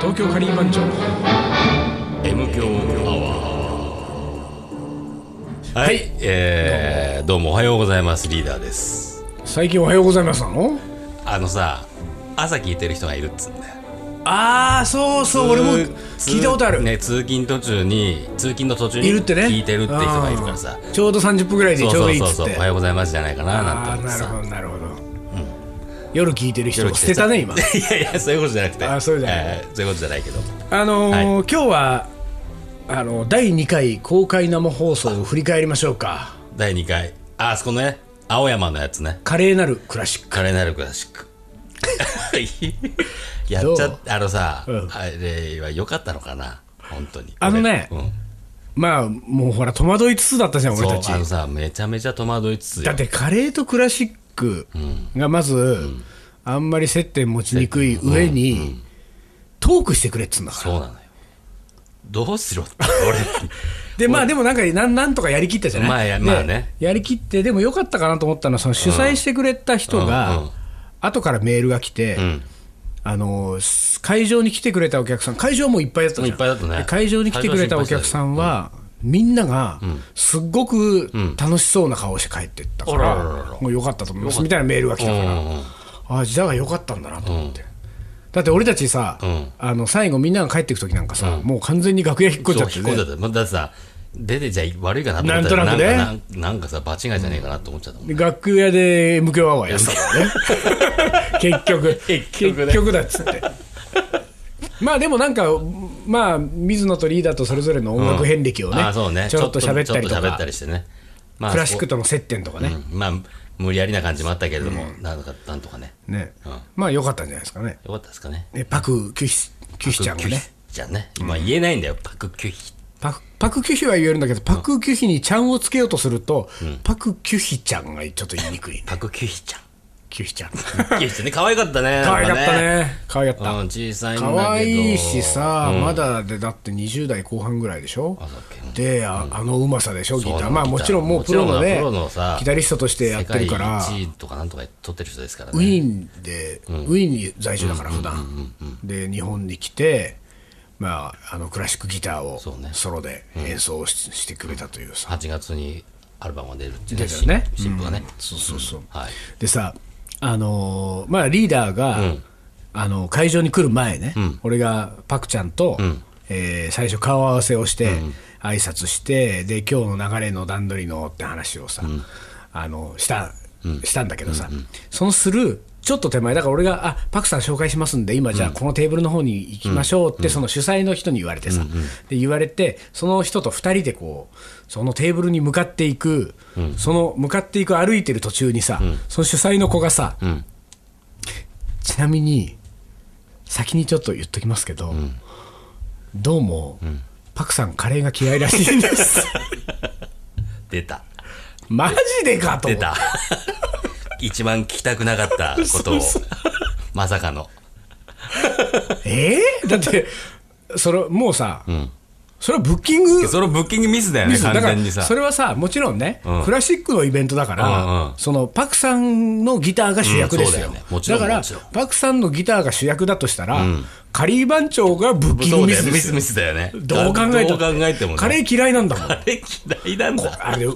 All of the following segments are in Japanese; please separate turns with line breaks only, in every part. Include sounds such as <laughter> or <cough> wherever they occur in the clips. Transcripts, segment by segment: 東京カリー番長
M 強アワーはい、えー、どうもおはようございますリーダーです
最近おはようございますなの
あのさ朝聞いてる人がいるっつうんだよ
ああそうそう俺も
通
聞いたことある、
ね通勤途中に通勤の途中に
いるってね
聞いてるって人がいるから
あ
さ
ーちょうど30分ぐらいでちょ
そうう
どいう
そ
いっ
そう
つって
そうおはようございますじゃないかななんて
あ
思
あ
って
なるほ
さ
どなるほど、夜聞いてる人を捨てたね今
<laughs> いやいやそういうことじゃなくて
あーそうじゃない
えーそういうことじゃないけど
あのー
は
今日はあの第2回公開生放送を振り返りましょうか
第2回ああそこのね青山のやつね
華麗なるクラシック
華麗なるクラシック <laughs> やっちゃっあのさ、
うん
あれは良かったのかな本当に
あのね
俺うん
まあもうほら戸惑いつつだったじゃん俺
そう
たち
あのさめちゃめちゃ戸惑いつつよ
だってカレーとクラシックがまず、あんまり接点持ちにくい上に、トークしてくれっつうんだから
そうなのよどうしろって
でまあでもなんかなんなんとかやりきったじゃない、
まあや
で
まあね
やりきってでもよかったかなと思ったのはその主催してくれた人が、
うんうん
後からメールが来て、
ん
あの会場に来てくれたお客さん会場もいっぱいだったじゃん
もういっぱいだったね
で会場に来てくれたお客さんは、みんながすっごく楽しそうな顔して帰ってったから、
あらららら
もうよかったと思いますみたいなメールが来た <laughs> から、
うんうんうん
ああじゃあよかったんだなと思って。だって俺たちさ、あの最後みんなが帰ってく時なんかさ、もう完全に楽屋引っ込んじ
そ
ゃ
う
って
引
ね
っ込んじゃったまあだってさ出てじゃ悪いかなと思った
なんとなくね
なんかなんなんかさ場違いじゃねえかなと思っちゃったもん、
で楽屋で M 響アワーやってたからね結局
<laughs> 結局ね
だっつってまあでもなんかまあ水野とリーダーとそれぞれの音楽遍歴をね,、
あそうね
ちょっと喋ったりと
ちょっと喋
か
ったりしてね、まあ、
クラシックとの接点とかね,、
うんまあ無理やりな感じもあったけれども、なんとかなんとかね
ね
うん
まあ良かったんじゃないですかね
よかったですかね
ねパク・キュヒキュヒちゃんがね
じゃあねまあ言えないんだよパクキュヒ
パクパク・キュヒは言えるんだけどパク・キュヒに「ちゃん」をつけようとすると、パク・キュヒちゃんがちょっと言いにくいね
パク <laughs> キュヒちゃん
キュヒちゃん
キュヒちゃんね可愛かったね
<laughs> 可愛かった
なん
ね可愛かった、
うん小さいんだけど
可愛いしさ、まだでだって20代後半ぐらいでしょ
あそうだっけ
であ,、のうまさでしょギ
そう
タ
な
ー
の
まあ
ギター
もちろんもう
も
プ
ち
ロ
ろん
のね
プロのさ
ギタリストとしてやってるから
世界一位とかなんとか取ってる人ですからね
ウィーンで、ウィーンに在住だから普段、で日本に来てまああのクラシックギターを
そうね
ソロで演奏し,、てくれたというさ、
8月にアルバムが出るっていう
出たよね
新新譜がね、
そうそうそう、
はい
でさあのーまあリーダーが、あの会場に来る前ね、俺がパクちゃんと、えー最初顔合わせをして、挨拶してで今日の流れの段取りのって話をさ、あのしたしたんだけどさ、そのするちょっと手前だから俺が「あパクさん紹介しますんで今じゃあこのテーブルの方に行きましょう」って、その主催の人に言われてさ、で言われてその人と2人でこうそのテーブルに向かっていく、その向かっていく歩いてる途中にさ、その主催の子がさ、ちなみに先にちょっと言っときますけど、どうも、パクさんカレーが嫌いらしいんです
出た
<laughs> マジでかと
出
思って
た一番聞きたくなかったことをまさかの
えー、だってそれもうさ、それはブッキング
そのブッキングミスだよね
だ
完
から
全にさ
それはさもちろんね、
うん
クラシックのイベントだから、
うんうん
そのパクさんのギターが主役ですよ,、
うんそうだよねもちろん
だから
もちろん
パクさんのギターが主役だとしたら、カリー番長がブッキン
そ
グ
う
ミ
だよ
ス
ミ
です
ス
よ
ミスだよね
どう考えて
ど
も
う考えてもね
カレー嫌いなんだもん
あれ嫌いなんだ
あれう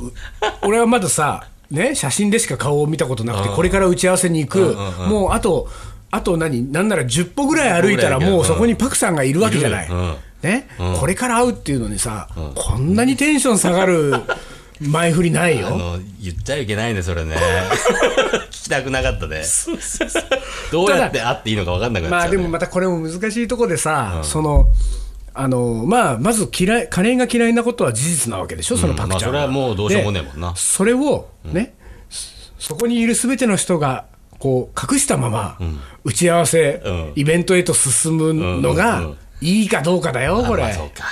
俺はまださ、ね、写真でしか顔を見たことなくて、これから打ち合わせに行く、もうあと、あと何、なんなら10歩ぐらい歩いたら、
10歩ぐらいだけど
もうそこにパクさんがいるわけじゃない
いるうん。
ね、これから会うっていうのにさ、こんなにテンション下がる前振りないよ。
あの言っちゃいけないねそれね聞きたくなかったねどうやって会っていいのか分かんなく
ま
なっち
あ
ゃう、
で
ね
もまたこれも難しいとこでさ、その、あのまあ、まず嫌いカレーが嫌いなことは事実なわけでしょ、そのパクちゃん
うんまあそれはもうどうしようもねえもんな
でそれをね、そそこにいるすべての人がこう隠したまま、打ち合わせ、
うん
イベントへと進むの
うんうんう
が
ん
いいかどうかだよ、これ。
あまあそうか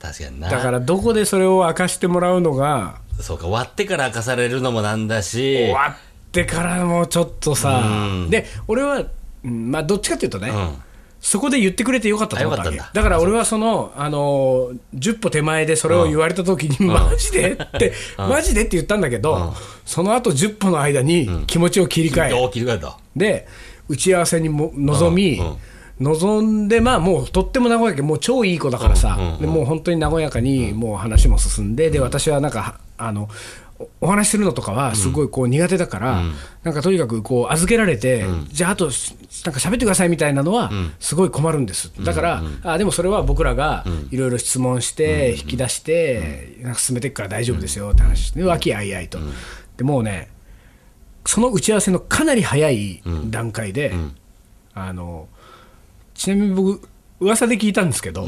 確かにな
だからどこでそれを明かしてもらうのが、
そうか割ってから明かされるのもなんだし
終わってからもちょっとさ、で俺は、うんまあ、どっちかっていうとね、
ん
そこで言ってくれてよかったと思ったわ
あ
け
よ
だ
かったんだ
から俺はその、あのー10歩手前でそれを言われた時に、マジでって、マジでって言ったんだけど、その後10歩の間に気持ちを切り替え、
どう切るかと <laughs>
で打ち合わせにも臨み、
うんうん
望んで、まあ、もうとっても和やかもう超いい子だからさ、でもう本当に和やかにもう話も進んで、で私はなんか、あのおお話しするのとかは、すごいこう苦手だから、なんかとにかくこう預けられて、じゃあ、あと、なんか喋ってくださいみたいなのは、すごい困るんです、だから、あでもそれは僕らがいろいろ質問して、引き出して、なんか進めていくから大丈夫ですよって話して、和気あいあいと。でもうねその打ち合わせのかなり早い段階で、あのちなみに僕噂で聞いたんですけど、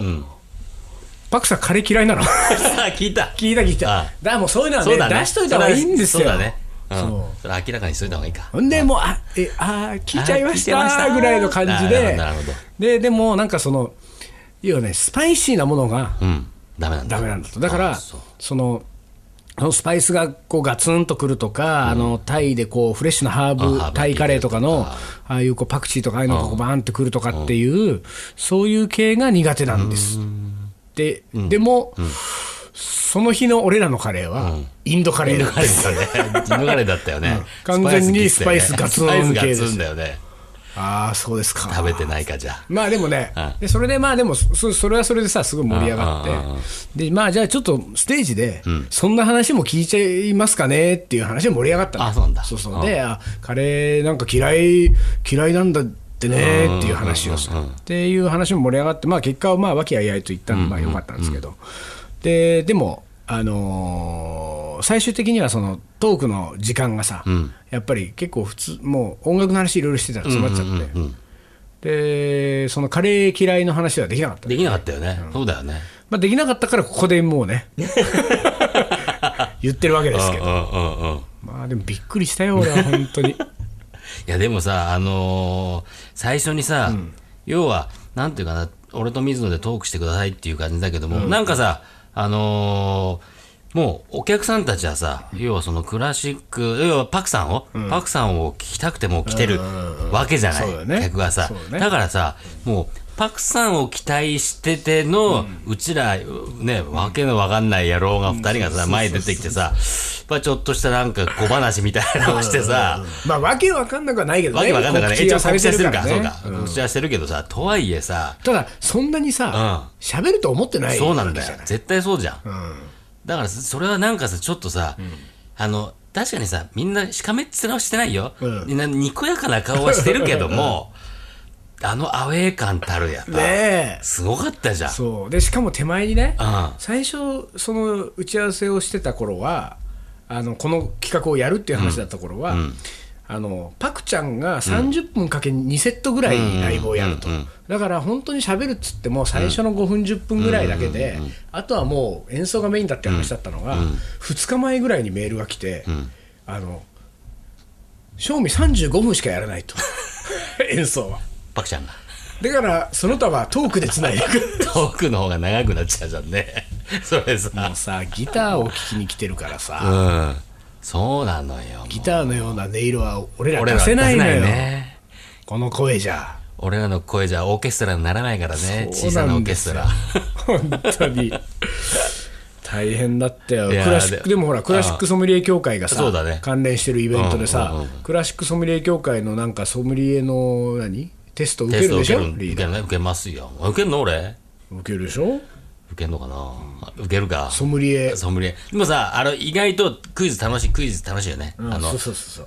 パクさんカレー嫌いなの <laughs>
聞いた
聞いた聞いた
ああ
だからもうそういうのは
そ
ね
うだね
出しといた方がいいんですよ
そうだねうん
そ
それ明らかにしといた方がいいか
ほんでもうあえあー聞いちゃいました
あー聞いてました
ぐらいの感じで
なるほどなるほど
ででもなんかその要はねスパイシーなものが
うんダメなんだ
ダメなんだとだから
あ
そ
そう
のそのスパイスがこうガツンとくるとか、あのタイでこうフレッシュなハ
あハーブ
ー
が
ブタイカレーとかの
効い
あ
てるとか
あいうこうパクチーとかああいうのがこうバーンってくるとかっていう、そういう系が苦手なんですででも、その日の俺らのカレーはインドカレーだ
犬ガレーだよね犬ガレーだったよね
完全にスパイスガツン
スパイスガ
系です
ツンだよね
ああそうですか
食べてないかじゃあ
<laughs> まあでもね、でそれでまあでもそ、それはそれでさ、すごい盛り上がって
うんうんうん、
でまあ、じゃあちょっとステージで、そんな話も聞いちゃいますかねっていう話で盛り上がったの
あそうなんだ
そうそう
うん
で、あカレーなんか嫌い、嫌いなんだってねっていう話をし
うんうんうんうん
っていう話も盛り上がって、まあ、結果はまあ和気あいあいと言ったんで、まあよかったんですけど、ででも、あのー最終的にはそのトークの時間がさ、やっぱり結構普通、もう音楽の話いろいろしてたら詰まっちゃって。でそのカレー嫌いの話はできなかった、
できなかったよねそうだよね
まあ、できなかったからここでもう
<laughs>
ね言ってるわけですけ
う
ど
んうんうんうん
まあでもびっくりしたよ俺は本当に
いやでもさあのー最初にさ、要はなんていうかな俺と水野でトークしてくださいっていう感じだけども、なんかさあのーもうお客さんたちはさ、要はそのクラシック要はパクさんを、パクさんを聞きたくてもう来てるわけじゃない、
そうだね
客がさ
そう
だ
だね
からさもうパクさんを期待してての、うちらねわけのわかんない野郎が2人がさ、前に出てきてさ、まあ、ちょっとしたなんか小話みたいなのをしてさ、
まあわけわかんなくはないけどね
わけわかんなくない。
告
一
知
応
はさ
作
れ
成
て
し
る
て
か
るから、
ら、ね、
そうか。告知はしてるけどさ、とはいえさ、
ただそんなにさ喋、ると思ってない
そうなんだ
わけ
よ
じゃ。い
絶対そうじゃん。だからそ、それはなんかさ、ちょっとさ、あの、確かにさ、みんなしかめっ面はしてないよ。
ん
みんなにこやかな顔はしてるけども、あのアウェー感たるやっぱ、
ねえ
すごかったじゃん。
そうでしかも手前にね、
うん
最初その打ち合わせをしてた頃はあのこの企画をやるっていう話だった頃は、あのパクちゃんが30分かけ2セットぐらいライブをやると、だから本当に喋るっつっても最初の5分10分ぐらいだけで、あとはもう演奏がメインだって話だったのが、2日前ぐらいにメールが来て、あの正味35分しかやらないと <laughs> 演奏は。
パクちゃんが。
だからその他はトークでつないでいく <laughs>
遠くの方が長くなっちゃうじゃんね。 <laughs> それさ。
さギターを聴きに来てるからさ、
うん。そうなのよ。
ギターのような音色は俺ら
俺ら
出
は
せないの
出
よ、
せね。
この声じゃ
俺らの声じゃオーケストラにならないからね小さなオーケストラ
そうなんですよ本当に大変だったよ
いやー
クラシック
で
でもほらクラシックソムリエ協会が
そ
さ、
うだね
関連してるイベントでさ、
うんうんうん
クラシックソムリエ協会のなんかソムリエの何テスト受
テ
け
ス
るで
ト受
し
け
ょ
る
リ
受
ーダー
けるね受けますよ受けるの俺
受けるでしょ
受けるのかな、受けるか
ソムリエ
ソムリエでもさあの意外とクイズ楽しいクイズ楽しいよね、
うん
あの
そうそうそうそう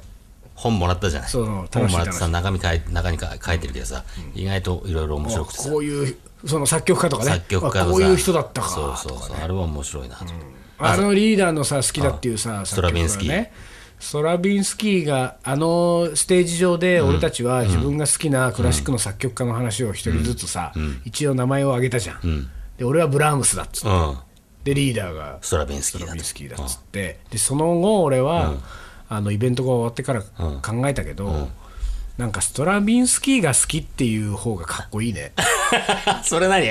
本もらったじゃない
そう
本
楽しい
もらってさ中身かい中にか書いてるけどさ、意外といろいろ面白くてさ
こういうその作曲家とかね
作曲家
あ
のさ
こういう人だったか
そうそうそう、あれは面白いなと思って、
あのリーダーのさ好きだっていうさ
ストラビンスキー
作曲家がねストラビンスキーがあのステージ上で俺たちは自分が好きなクラシックの作曲家の話を一人ずつさ、一応名前を挙げたじゃん、で俺はブラームスだっつって
うん
でリーダーが
ストラビンスキー
スト
だ
ラ
と
ビンスキーだっつってでその後俺は、あのイベントが終わってから考えたけど、なんかストラビンスキーが好きっていう方がかっこいいね
<laughs> それ何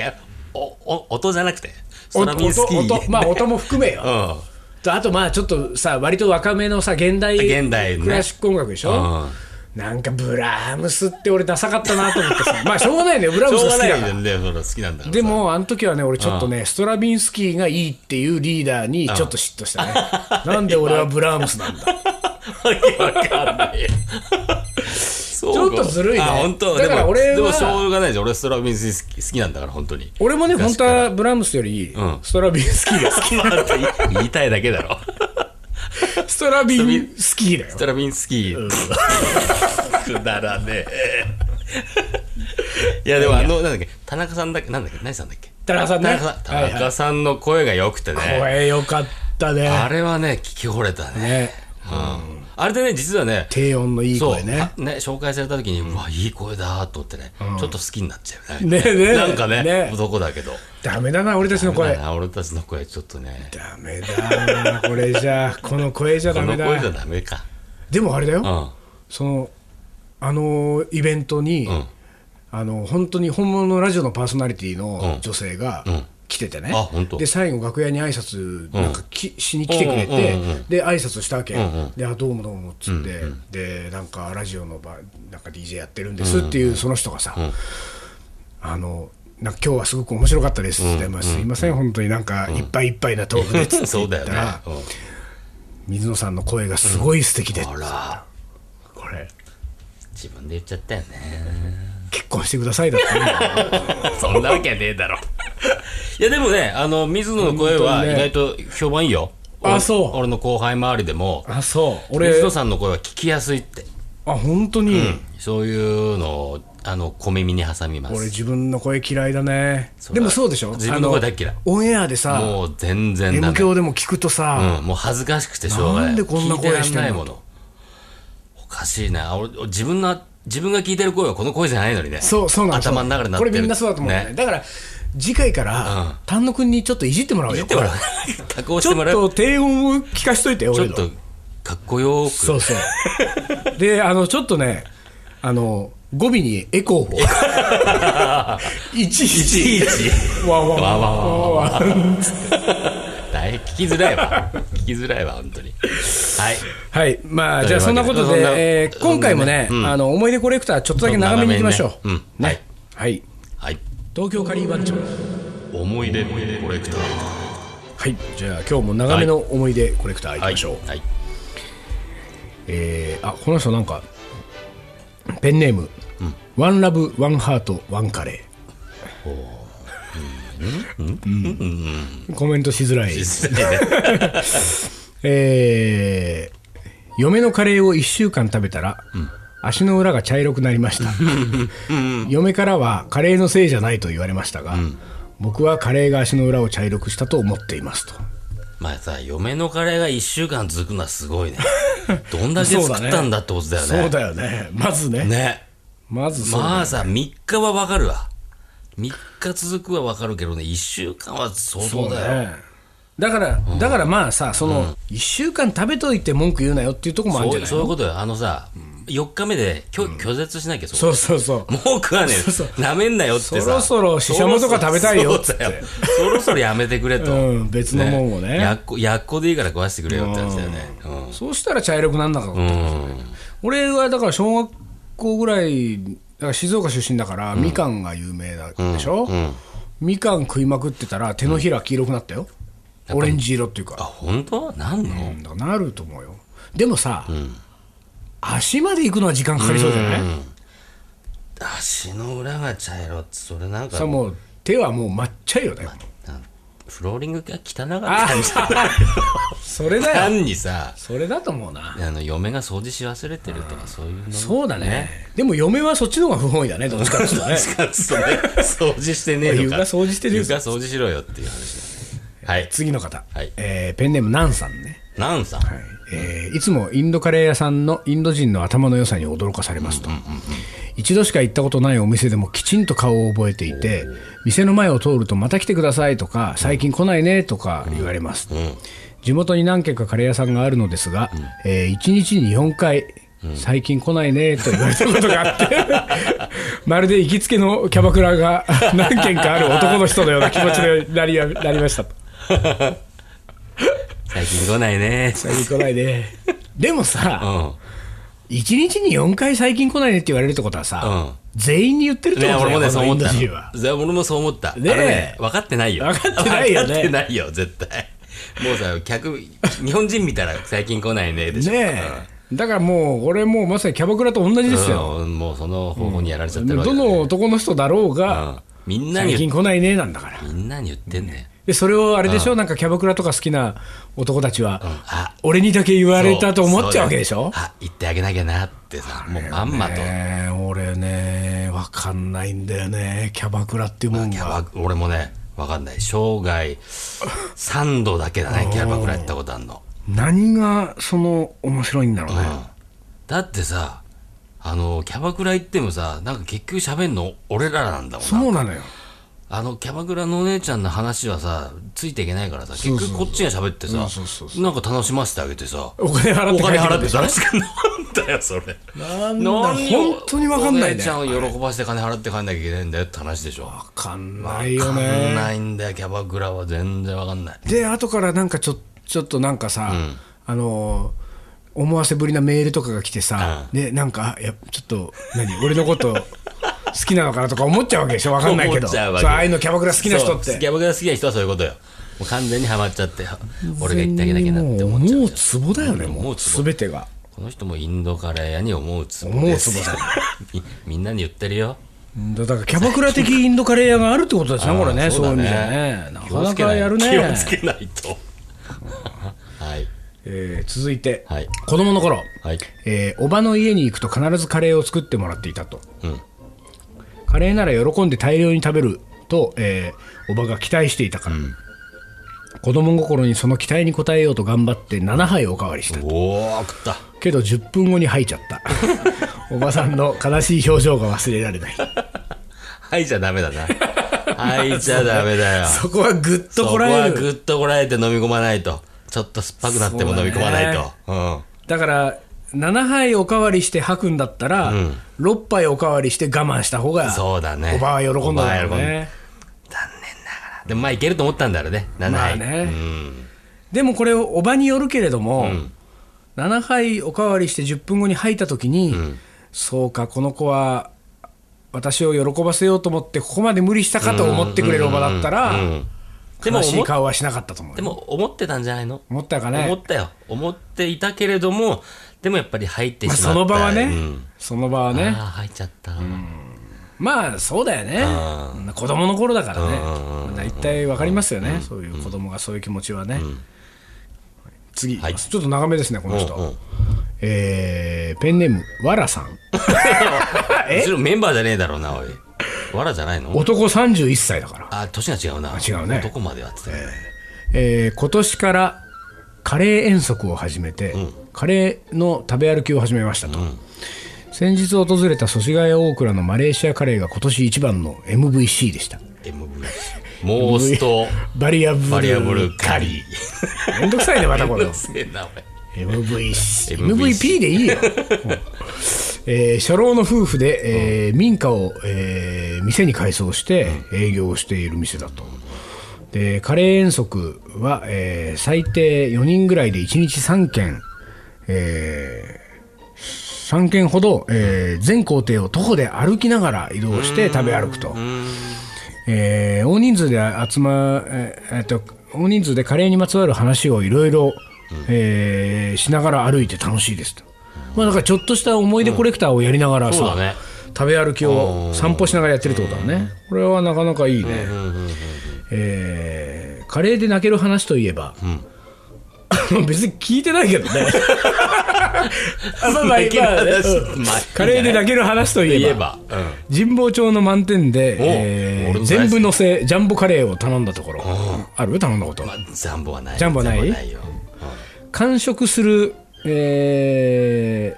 おお音じゃなくて <laughs> ストラビンスキ
音音
ー
まあ音も含めよ、
うん
とあとまあちょっとさ割と若めのさ現代
現代ね
クラシック音楽でしょ、なんかブラームスって俺ダサかったなと思ってさ <laughs> まあしょうがないねブラー
し
ムス
ょう
が好
が
き
ない
だ
よ
から
ねそれ好きなんだからさ
でもあの時はね俺ちょっとねストラビンスキーがいいっていうリーダーにちょっと嫉妬したね <laughs> なんで俺はブラームスなんだ
わけわかんない。ち
ちょっとずるいね
本当
だから俺は
でもでもしょうがないです俺ストラビンスキー好き好きなんだから本当に
俺もね本当はブラームスより
ん
ストラビンスキーが好き、
まあ言いたいだけだろ
<laughs> ストラビンスキーだよ
ストラビンスキー、くだらねえいやでもあのなんだっけ田中さんだっけなんだっけ何さんだっけ
田中さんね
田中さん田
はいはい
中さんの声が良くてね、
声よかったね
あれはね聞き惚れたね
ね
うんあれでね実はね
低音のいい
そう
声ね
あね紹介された時に、うわいい声だと思ってね、ちょっと好きになっちゃうよね
ねね
なんかね
ね
男だけど
ダメだな俺たちの
だ
声
から俺たちの声ちょっとね
ダメだなこれじゃこの声じゃ
こ
ダ
の
メだ
声じゃダメか
でもあれだよ、
うん
そのあのイベントに、
ん
あの本当に本物のラジオのパーソナリティ
う
の
ん
女性が
ん
来ててね、
あ本当
で最後楽屋に挨拶なんかき、しに来てくれて、
うんうんうんうん
で挨拶したわけ、
んうん
であどうもどうもっつって、でなんかラジオの場なんか DJ やってるんですっていうその人がさ、あのなんか今日はすごく面白かったですって、まあ、すいません、本当になんかいっぱいいっぱいなトークでっつって
<laughs> そ
言
う
っ
だよ
た
ね
ら、
うん
水野さんの声がすごい素敵でっつって、
あら
これ。
自分で言っちゃったよね
<laughs> 結婚してくださいだった
<laughs>
ね
そんなわけねえだろいやでもねあの水野の声は
本当
意
ね
外と評判いいよ
あ
俺
そう
俺の後輩周りでも
あそう俺
水野さんの声は聞きやすいって
あ本当に、
そういうのをあの小耳に挟みま
俺
す
自分の声嫌いだね
そう
で
だ
もそうでしょ
自分の声大っ嫌い
あのオンエアでさ
もう全然だ
M
ね
響でも聞くとさ、
うん、もう恥ずかしくてしょうがない
なんでこんな声してんの
聞いられないものおかしいな俺俺自分の自分が聞いてる声はこの声じゃないのにね
そうそうなん
頭の中でなって
こ
る
れみんなそうだと思うんだよねだから次回から、丹野くんにちょっといじってもらおうよ
見てもらう加工し
ち
ても
ょっ
ら
と
う
低音を聞かしといて
ちょ
俺
っ
の
とかっこよく
そうそうであのちょっとねあの語尾にエコーを <laughs> いちい
いちい
ち
ち
わわわわわわ
大変聞きづらいわ聞きづらいわ本当にはい
はい、まあ、
というわ
じ
けで
ゃあそんなこと
そんな
で、えー今回もね、あの思い出コレクター、ちょっとだけ長めにいきましょう。
うん
ね
はい
はい、
はい
東京カリー番長。は
思い出コレクター
い、じゃあ今日も長めの思い出コレクターいき
はい
ましょう。
はい <laughs>
えーあ、この人なんか、ペンネーム、ワンラブ、ワンハート、ワンカレー。うんコメントしづらい。えー嫁のカレーを1週間食べたら、足の裏が茶色くなりました嫁からはカレーのせいじゃないと言われましたが、僕はカレーが足の裏を茶色くしたと思っていますと
まあさ嫁のカレーが1週間続くのはすご
<laughs>
いねどんだけ
そうだね
作ったんだってことだよね
そうだよねまずね
ね
まずそうだ
まあさ、3日はわかるわ。3日続くはわかるけどね、1週間は相当
そう
だよ。
だよだから、だからまあさその、1週間食べといて文句言うなよっていうとこもあるんじ
そう
ゃない
そういうことよ。あのさ、4日目で拒拒絶しなきゃ、そ。
そううそうそう
文句はね、
そう
なめんなよってさ。
そろそろししゃもとか食べたいよっつって
そうだよそろそろやめてくれと。
<laughs> うん別のもんをね
やっこ、やっこでいいから食わしてくれよって話だよね。
そうしたら茶色くなんなかった、
うん。
俺はだから小学校ぐらいだから静岡出身だから、みかんが有名なんでしょ、みかん食いまくってたら手のひら黄色くなったよ、オレンジ色っていう
あ、
か、
本当なんの、
うんだからなると思うよでもさ、足まで行くのは時間かかりそうじゃない、
足の裏が茶色って、それなん
さ
か
あ、もう手はもう抹茶色だよ
なんフローリングが汚かっ
あ
たんじゃない
それ <laughs> だよ
単にさ、
それだと思うな
あの嫁が掃除し忘れてるとかそういうの
そうだねでも嫁はそっちの方が不本意だねどっちか <laughs> っていうとね
そうね掃除し
<laughs>
てねえのか
床掃除してるよ
床掃除しろよっていう話だよねはい
次の方、
はい
えーペンネームナンさんね
ナンさん、
えーいつもインドカレー屋さんのインド人の頭の良さに驚かされますと、一度しか行ったことないお店でもきちんと顔を覚えていて店の前を通るとまた来てくださいとか最近来ないねとか言われます、地元に何軒かカレー屋さんがあるのですが、え1日に4回最近来ないねと言われたことがあってまるで行きつけのキャバクラが何軒かある男の人のような気持ちになりなりましたと
最近来ないね
最近来ないねでもさ、
うん
1日に4回最近来ないねって言われるってことはさ、
う
全員に言ってるって
ね
こと
俺
だよ、
もねそう思った
この
の
インド
い
人は
や俺もそう思った、
ねえ
あれね分かってないよ
分かってないよね
分かってないよ絶対もうさ客日本人見たら最近来ないねでしょ
ねえ、だからもう、俺もうまさにキャバクラと同じですよ。
うんもうその方法にやられちゃってるわけ
ど
だね
の男の人だろう
う
が
ん、みんなに
最近
言っ
来ないねなんだから。
みんなに言ってんね
で、それをあれでしょ、なんかキャバクラとか好きな男たちは、
あ
俺にだけ言わ
あ
れたと思っちゃうわけでしょ
あ言ってあげなきゃなってさもうまんまと
ねえ俺ね、わかんないんだよね、キャバクラっていうもん
キャ
が。
バ俺もね分かんない生涯3度だけだねキャバクラやったことあんの、
何がその面白いんだろうね。
うんだってさあのキャバクラ行ってもさなんか結局喋んの俺らなんだもんな
そうなのよ。
あのキャバクラのお姉ちゃんの話はさついていけないからさ結局こっちが喋ってさ
そうそう
なんか楽しませてあげてさ
お金払っ
お
て
金
帰
払
っ
ってて
くる
楽しくなんだよそれ
なんだ本当にわかんない
お姉
ね
ち。ゃんを喜ばせて金払って帰んなきゃいけないんだよって話でしょ
わかんないよ
わかん
ね。
ないんだよキャバクラは全然わかんない
で、後からなんかちょちょっとなんかさ、あのー思わせぶりなメールとかが来てさ、で、なんか、いやちょっと、何、俺のこと好きなのかなとか思っちゃうわけでしょ、わかんないけど、
思
そう
っちゃうわけ
ああいうのキャバクラ好きな人っ
そう
て。
キャバクラ好きな人はそういうことよもう完全にはまっちゃって俺が言ってあげなきゃなって思っちゃう
もうツボだよね、
も
も
う
う、
ツボ
すべてが。
この人もインドカレー屋に思うつぼ
思う
で
ツ
す
ボだよ。
<laughs> みみんなに言ってるよ
だからキャバクラ的インドカレー屋があるってことですね、これね、そういう意味でね。な
気
か
を
な
つけな
か
い
やるね。
気をつけないと <laughs> はい
えー続いて、
はい
子供の頃、
はい
えーおばの家に行くと必ずカレーを作ってもらっていたと、
ん
カレーなら喜んで大量に食べると、えーおばが期待していたから、子供心にその期待に応えようと頑張って7杯おかわりした
おお食った
けど10分後に吐いちゃった
<laughs>
おばさんの悲しい表情が忘れられない
はいじゃダメだなはいじゃダメだよ
<laughs> そこはぐっとこらえ
そこは
る
ぐっとこらえて飲み込まないとちょっと酸っぱくなっても飲み込まないとう,、
だから7杯おかわりして吐くんだったら、6杯おかわりして我慢した方が
んそうだね
おばは喜んだろう
おばは喜んだ
ね
でもまあいけると思ったんだろうね7
まあ
杯、
ね
うん
でもこれ、おばによるけれども、7杯おかわりして10分後に吐いたときに、そうか、この子は私を喜ばせようと思って、ここまで無理したかと思ってくれるおばだったら、
でも
悲しい
思っ
顔はしなかったと思う
で。も思ってたんじゃないの
思ったか
思
ね、
ったよ思っていたけれどもでもやっぱり入っ
ま
てし
あ、
まった、
その場はね、
うん
その場は
ああ
ね、
入っちゃった、
まあそうだよね、子供の頃だからね、大体わかりますよね、そういう子供がそういう気持ちはね。次、
はい
ちょっと長めですね、この人。
うんうん
えーペンネーム、わらさん。
もちろんメンバーじゃねえだろうなおいわらじゃないの
男31歳だから、
あ年が違うな
違うね
どこまでやってたよね
えー今年からカレー遠足を始めて、カレーの食べ歩きを始めましたと、先日訪れた祖師ヶ谷大倉のマレーシアカレーが今年一番の MVC でした
MV モースト
バリアブル
バリアブルカリ
ーめんどくさいねまた
ー
こ
う
れ
るせえなおい
MVC
MVP
MVP でいいよ、うんえー初老の夫婦で、えー民家を、えー店に改装して営業をしている店だとでカレー遠足は、えー最低4人ぐらいで1日3軒、えー3軒ほど、えー全行程を徒歩で歩きながら移動して食べ歩くと。えー大人数で集ま、えーえっと大人数でカレーにまつわる話をいろいろえーしながら歩いて楽しいですと、まあ、だからちょっとした思い出コレクターをやりながらさ、
そうだね
食べ歩きを散歩しながらやってるってことだねこれはなかなかいいねえーカレーで泣ける話といえば、
<laughs>
別に聞いてないけどね <laughs> あまあまあ
泣ける話
うん
まあ
カレーで泣ける話といえば
言えば、うん
神保町の満点で、えー
俺の大好き
全部のせジャンボカレーを頼んだところある頼んだこと
まあ、ジャンボはない
ジャンボはない
ジャよ
完食するえ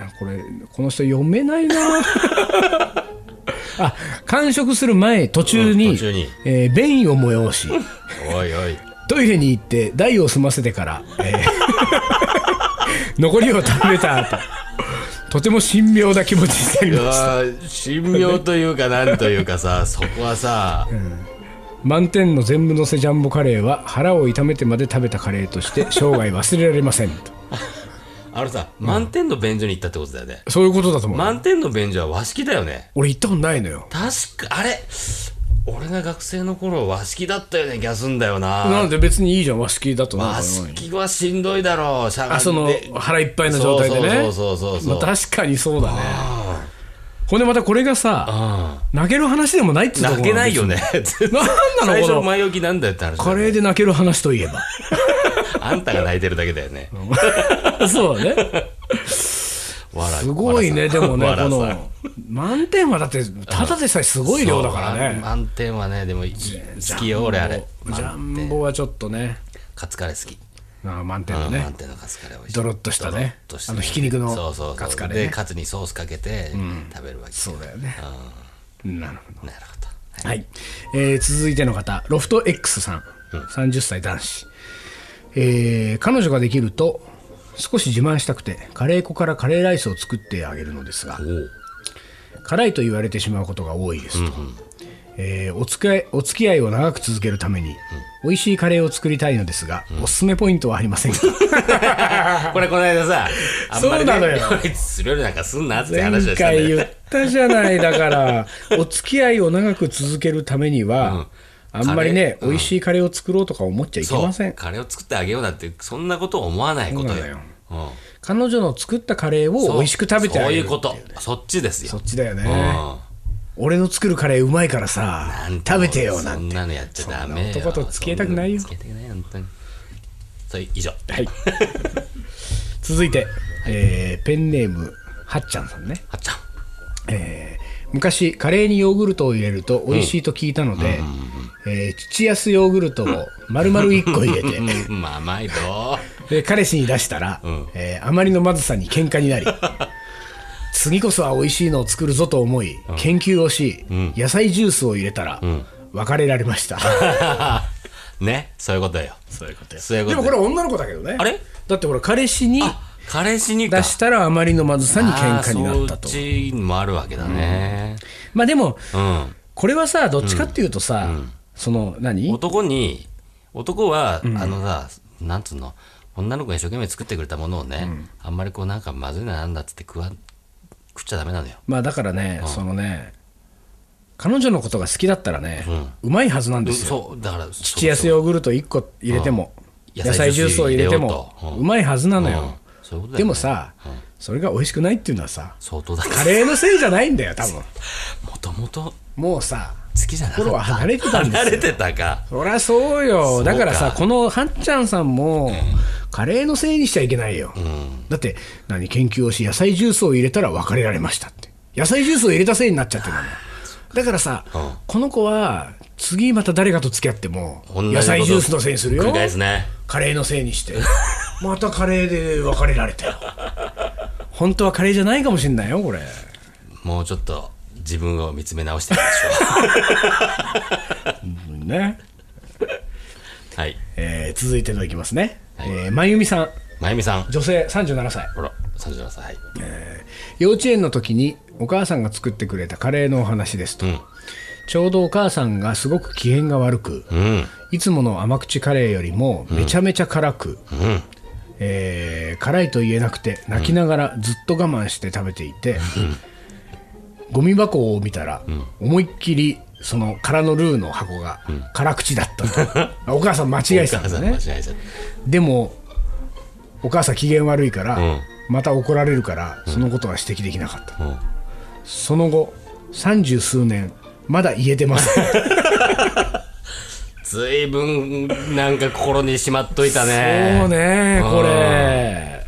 ーあこれこの人読めないな
<laughs>
あ完食する前途中に,、
うん途中に
えー便意を催し
うんおいおい
トイレに行って台を済ませてから、えー残りを食べた後とても神妙な気持ちになり
い
ま
や
した
ー神妙というかなんという
<laughs>
かさそこはさ、
満点の全部のせジャンボカレーは腹を痛めてまで食べたカレーとして生涯忘れられませんと
あのさ満点の便所に行ったってことだよね、
そういうことだと思う、
満点の便所は和式だよね
俺行ったことないのよ
確かあれ俺が学生の頃和式だったような気がすんだよな
なんで別にいいじゃん和式だとなんか
和式はしんどいだろうしゃがんで
あその腹いっぱいの状態でね
そうそうそうそうそう
まあ、確かにそうだねほんでまたこれがさ泣ける話でもないってところ
泣けないよね
なんな
最
のこ
初
の
前置きなんだよって話だ
カ
よね
レーで泣ける話とい
<laughs>
えば
あんたが泣いてるだけだよね
そうだね
わら
すごいね、
わらさ
で
ん
もね、
わらさ
こ
ん
の満点はだって、ただでさえすごい量だから
そう
ね、
満点はねでもいい好きよ俺あれ
ジャンボはちょっとね、
カツカレー好き
あー満点
う
だ
ん
ね
満、点のカツカレー美味しい
ドロッとした
ドロッ
ね
と
あ
し、た
のひき肉の
そうそうそう
カツカレ
で
ーね、
カツにソースかけて食べるわけ
そうだよね、なるほ
なるほど
ど、はいえー続いての方、ロフト X さん、30歳男子、えー彼女ができると、少し自慢したくて、カレー粉からカレーライスを作ってあげるのですが。辛いと言われてしまうことが多いですと、えーお付き合いお付き合いを長く続けるために、美味しいカレーを作りたいのですが、おすすめポイントはあり
<laughs>
ませんか
これこの間さあんまり
そうなのよ
ね <laughs> こいつするよりなんかすんなって
前
話をしたんだ
回言
よね
ったじゃないだ
<laughs>
からお付き合いを長く続けるためには、あんまりね、美味しいカレーを作ろうとか思っちゃいけ
そ
ま
う
せん
カレーを作ってあげようなんてそんなこと思わないこと
そうなの
よ
よ
うん
彼女の作ったカレー
そう
を美味しく食べてあげる
そういうことそっちです
そ
よ
っちだよね、
うん
俺の作るカレーうまいからさ
なんて
食べてよな
そ
ん
ん
て
なのやっちゃダメよ
そんな男と付き合いたくないよ
そんの付き合いたくない本当にそれ以上
はい、 <laughs> 続いて、えーペンネームはっちゃんさんね、
はっちゃん
えー昔カレーにヨーグルトを入れると美味しいと聞いたので、えーチチアスヨーグルトを
<laughs>
丸々1個入れて、
うんまあ甘いぞ <laughs>
で彼氏に出したら、えーあまりのまずさに喧嘩にな
<laughs>
り次こそは美味しいのを作るぞと思い研究をし、野菜ジュースを入れたら、別れられました
ねそういうことよ <laughs> そういうことそういうこ
で
と
もこれ女の子だけどね
あれ
だってこれ彼氏に
彼氏にか
出したらあまりのまずさに喧嘩になったと
あーそっちもあるわけだね
まあでも、
うん
これはさどっちかっていうとさ、その何
男に男は、あのさなんつうの女の子が一生懸命作ってくれたものをね、あんまりこうなんかまずいななんだっつって食わ食っちゃダメなのよ
まあだからね、そのね彼女のことが好きだったらね、うまいはずなんですよ
そうだから
土安ヨーグルト1個入れても、
うん
野菜ジュースを入れても
野菜ジュース入れようとう
うまいはずなのよ、
そういうことだよね
でもさ、それが美味しくないっていうのはさ
相当だか
カレーのせいじゃないんだよ多分
らもともと好
もうさ
きじゃなかった
心は離れてたんですよ
離れてたか
そりゃそうよ
そうか
だからさこのはっちゃんさんも、カレーのせいにしちゃいけないよ、だって何研究をし野菜ジュースを入れたら別れられましたって野菜ジュースを入れたせいになっちゃってるのだからさ、この子は次また誰かと付き合っても
同じこと
野菜ジュースのせいにする
繰
よ
り返すね
カレーのせいにして <laughs> またカレーで別れられたよ本当はカレーじゃないかもしれないよこれ
もうちょっと自分を見つめ直してみまし
ね、 <laughs>
ょうはい
えー続いてのいきますね、えーまゆみさん
まゆみさん
女性37歳
ほら37歳はい
幼稚園の時にお母さんが作ってくれたカレーのお話ですと、ちょうどお母さんがすごく機嫌が悪く、
うん
いつもの甘口カレーよりもめちゃめちゃ辛く、えー辛いと言えなくて泣きながらずっと我慢して食べていて、ゴミ箱を見たら、思いっきりその空のルーの箱が辛口だったと、 <laughs> お母さん間違えてたんで
母さ
す
ん間
ね
違えちゃっ
でもお母さん機嫌悪いから、
ん
また怒られるからそのことは指摘できなかった、
ん
その後三十数年まだ言えてま
<laughs>
せん
たずいぶんなんか心にしまっといたね
そうねこれ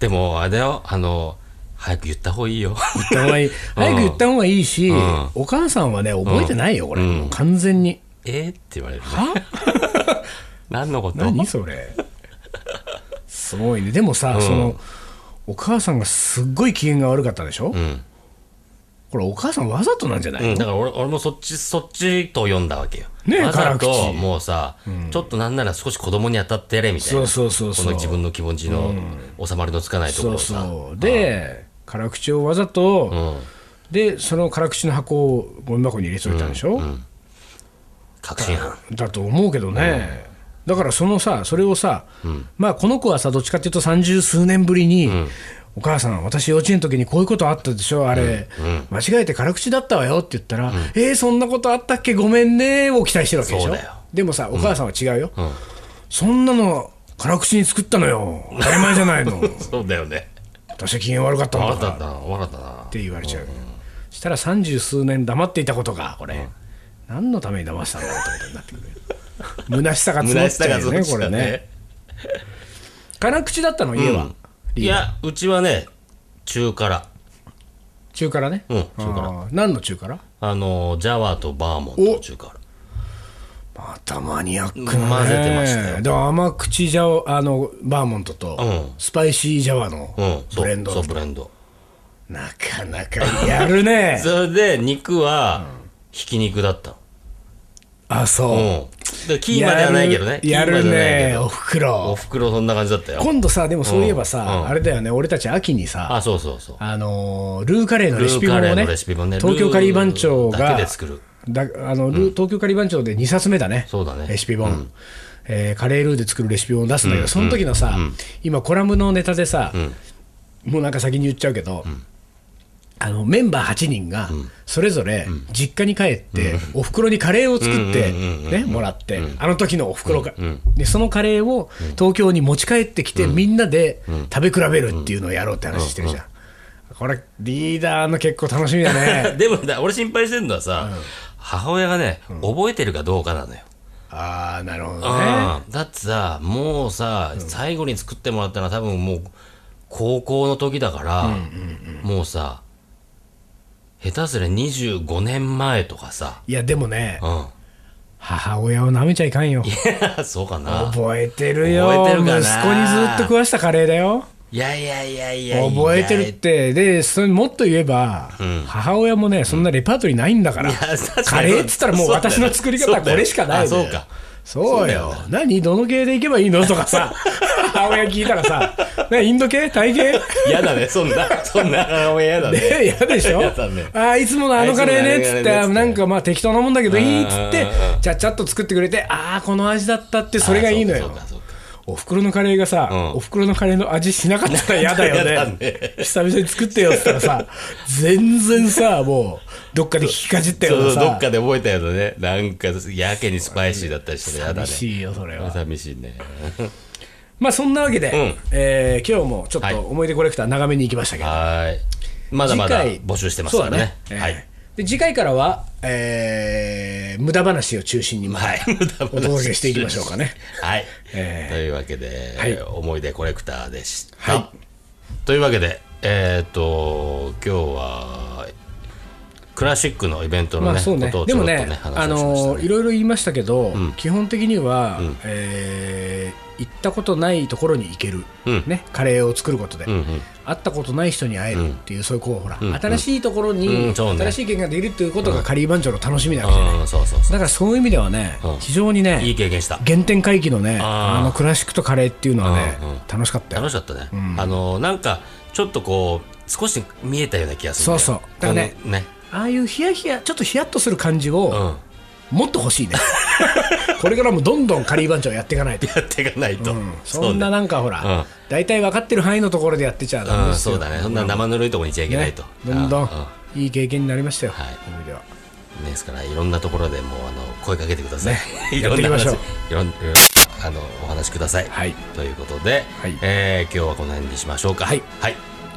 でもあれだよあの早く言った方がいいよ <laughs>
言った方がいい早く言った方がいいし、
ん
お母さんはね覚えてないよこれ、
うん
もう完全に
えって言われるね <laughs>
は
何のこと
何それすごいねでもさ、そのお母さんがすっごい機嫌が悪かったでしょ、
ん
これお母さんわざとなんじゃない、
うん、だから俺俺もそっちそっちと読んだわけよ。
ねえ
わざ
辛
と
口
もうさ、ちょっとなんなら少し子供に当たってやれみたい
そ
な
うそうそうそう
この自分の気持ちの収まりのつかないとこ
そ
ろ
う
をさ
そうで辛口をわざと、でその辛口の箱をゴミ箱に入れといたんでしょ、
確信犯
だと思うけどね、だからそのさそれをさ、まあこの子はさどっちかっていうと三十数年ぶりに、お母さん、私、幼稚園の時にこういうことあったでしょ、あれ、間違えて辛口だったわよって言ったら、えー、そんなことあったっけ、ごめんねを期待してるわけでし
そ
ょ
うだよ。
でもさ、お母さんは違うよ、そんなの辛口に作ったのよ、当たり前じゃない <laughs> の、
そうだよね。
私は機嫌悪かったんだ
分
か
からったな、分かったな
っ。て言われちゃう、したら三十数年黙っていたことがこれ、何のために騙したんだろうってことになってくる虚しさが詰まっちゃうよねこれね。辛口だったの家は、
うんいや、うちはね、中辛。
中辛ね、
うん、中辛。
あー何の中辛
あの、ジャワとバーモントの中辛。
またマニアックな、ね、
混ぜてましたよ
でも甘口ジャワあのバーモントと、
うん
スパイシージャワの
うん、そう
ブレンドだ
そ
と
う、ブレンド。
なかなかやる
<laughs>
ね
それで、肉は、ひき肉だったの。
あそう、
うん。で、キーマではないけどね。
や
キ
る
ーマじゃないけ
ね
ど
おふくろ
おふくろそんな感じだったよ。
今度さでもそういえばさ、
うんうん
あれだよね俺たち秋にさ
あ、そうそう
<laughs>
そう。
あのールーカレーのレシピ本を
ルーカレー
ね
のレシピ本ね
東京カリー番長
ルー
が
だけで作る
だあのルー東京カリー番長で2冊目だね
そうだね
レシピ本、えーカレールーで作るレシピ本を出すんだけど、その時のさ、今コラムのネタでさ、もうなんか先に言っちゃうけど、あのメンバー8人がそれぞれ実家に帰って、おふくろにカレーを作って、ね、もらって、あの時のおふくろが、でそのカレーを東京に持ち帰ってきて、みんなで食べ比べるっていうのをやろうって話してるじゃん。これ、リーダーの結構楽しみだね。
でもね、俺心配してるのはさ、母親がね、覚えてるかどうかなのよ。
<laughs> ああ、なるほどね。
うんだってさ、もうさ、最後に作ってもらったのは多分もう、高校の時だから、もうさ、下手すりゃ25年前とかさ、
いや、でもね、
うん。
母親を舐めちゃいかんよ。
<laughs> そうかな。
覚えてるよ。
覚えてる
息
か
子
な
にずっと食わしたカレーだよ。
いやいやいやいや
覚えてるっ
意
て、で、それもっと言えば、母親もね、そんなレパートリーないんだから、
外いや確かに
カレーっつったらもう
そうだよ
私の作り方はこれしかないのよ
そうだよあ
そうよ。何どの系でいけばいいのとか <laughs> さ、母親聞いたらさ、ね、インド系タイ系
嫌だね、そ
<laughs>
んな、そんな母親嫌だね。
え嫌でしょ
嫌だね
あーいつものあのカレーねっつっ、
あいつものあのカレーねっつってて
あなんかまあ適当なもんだけどいいっつっ
う
て
んうんう、
ちゃっちゃっと作ってくれて、ああ、この味だったって、それがいいの
あそ
よ
うか。そうかそうか
お袋のカレーがさ、
うん
お袋のカレーの味しなかったら嫌だよ
<laughs> 嫌だ
ね。
ね
久々に作ってよって言ったらさ、全然さ、もう、どっかで聞きかじったよう
そ
な
う
さ。
どっかで覚えたやつね。なんか、やけにスパイシーだったりしてやだね。
寂しいよ、それは。
寂しいね。
まあ、そんなわけで、
ん
えー今日もちょっ
はい
と思い出コレクター長めに行きましたけど、
はーい。まだまだ募集してますからね。
そうだ
は
ね
い。
えーで、次回からは、えー無駄話を中心に、また
はい。 <laughs>
<laughs> お届けしていきましょうかね。。
はい。
えー
というわけで、
はい
思い出コレクターでした。
はい
というわけで、えっ、と、今日は、クラシックのイベントのね、
まあそうね
ことを、
で
ちょ
も
っとね、
ね、あ
話をしました、
の
ね。
いろいろ言いましたけど、基本的には、えー行ったことないところに行ける、
うん
ね、カレーを作ることで、
うん
会ったことない人に会えるっていう、そういうこうほら、
ん
新しいところに、
うんそうね
新しい経験ができるっていうことが、カリー番長の楽しみなわけじゃない、
うん。うん、そうそうそ
だからそういう意味ではね、
うん
非常にね
う。いい経験した。
原点回帰のね
あー
あのクラシックとカレーっていうのはね、
うんうん
楽しかったよ
楽しかったね、あのなんかちょっとこう少し見えたような気がするんだよ
そうそうだからね
このね
ああいうヒヤヒヤちょっとヒヤッとする感じを、
うんや
もっと欲しいね <laughs> これからもどんどんカリー番長やっていかないと
<laughs> っていかないと、
うんそんななんかほ
うん
ら、大体分かってる範囲のところでやってちゃ
そう
ダ
ね,、
メ
うん、
ですよ
そうだねそんな生ぬるいとこにいちゃいけないと、
ねどんど
うん
いい経験になりましたよ、
はい
そういう意味では
んですからいろんなところでもうあの声かけてください、 <laughs> い
やっ
ろ
て
ん
い
な
きましょう
話いろんいろんなあのお話ください、
はい
ということで、
はい
えー今日はこの辺にしましょうか
はい、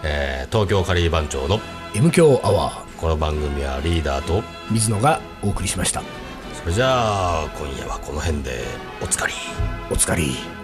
えー東京カリー番長の
M 強アワ
この番組はリーダーと
ー水野がお送りしました
それじゃあ今夜はこの辺でおつかり。
お疲れ。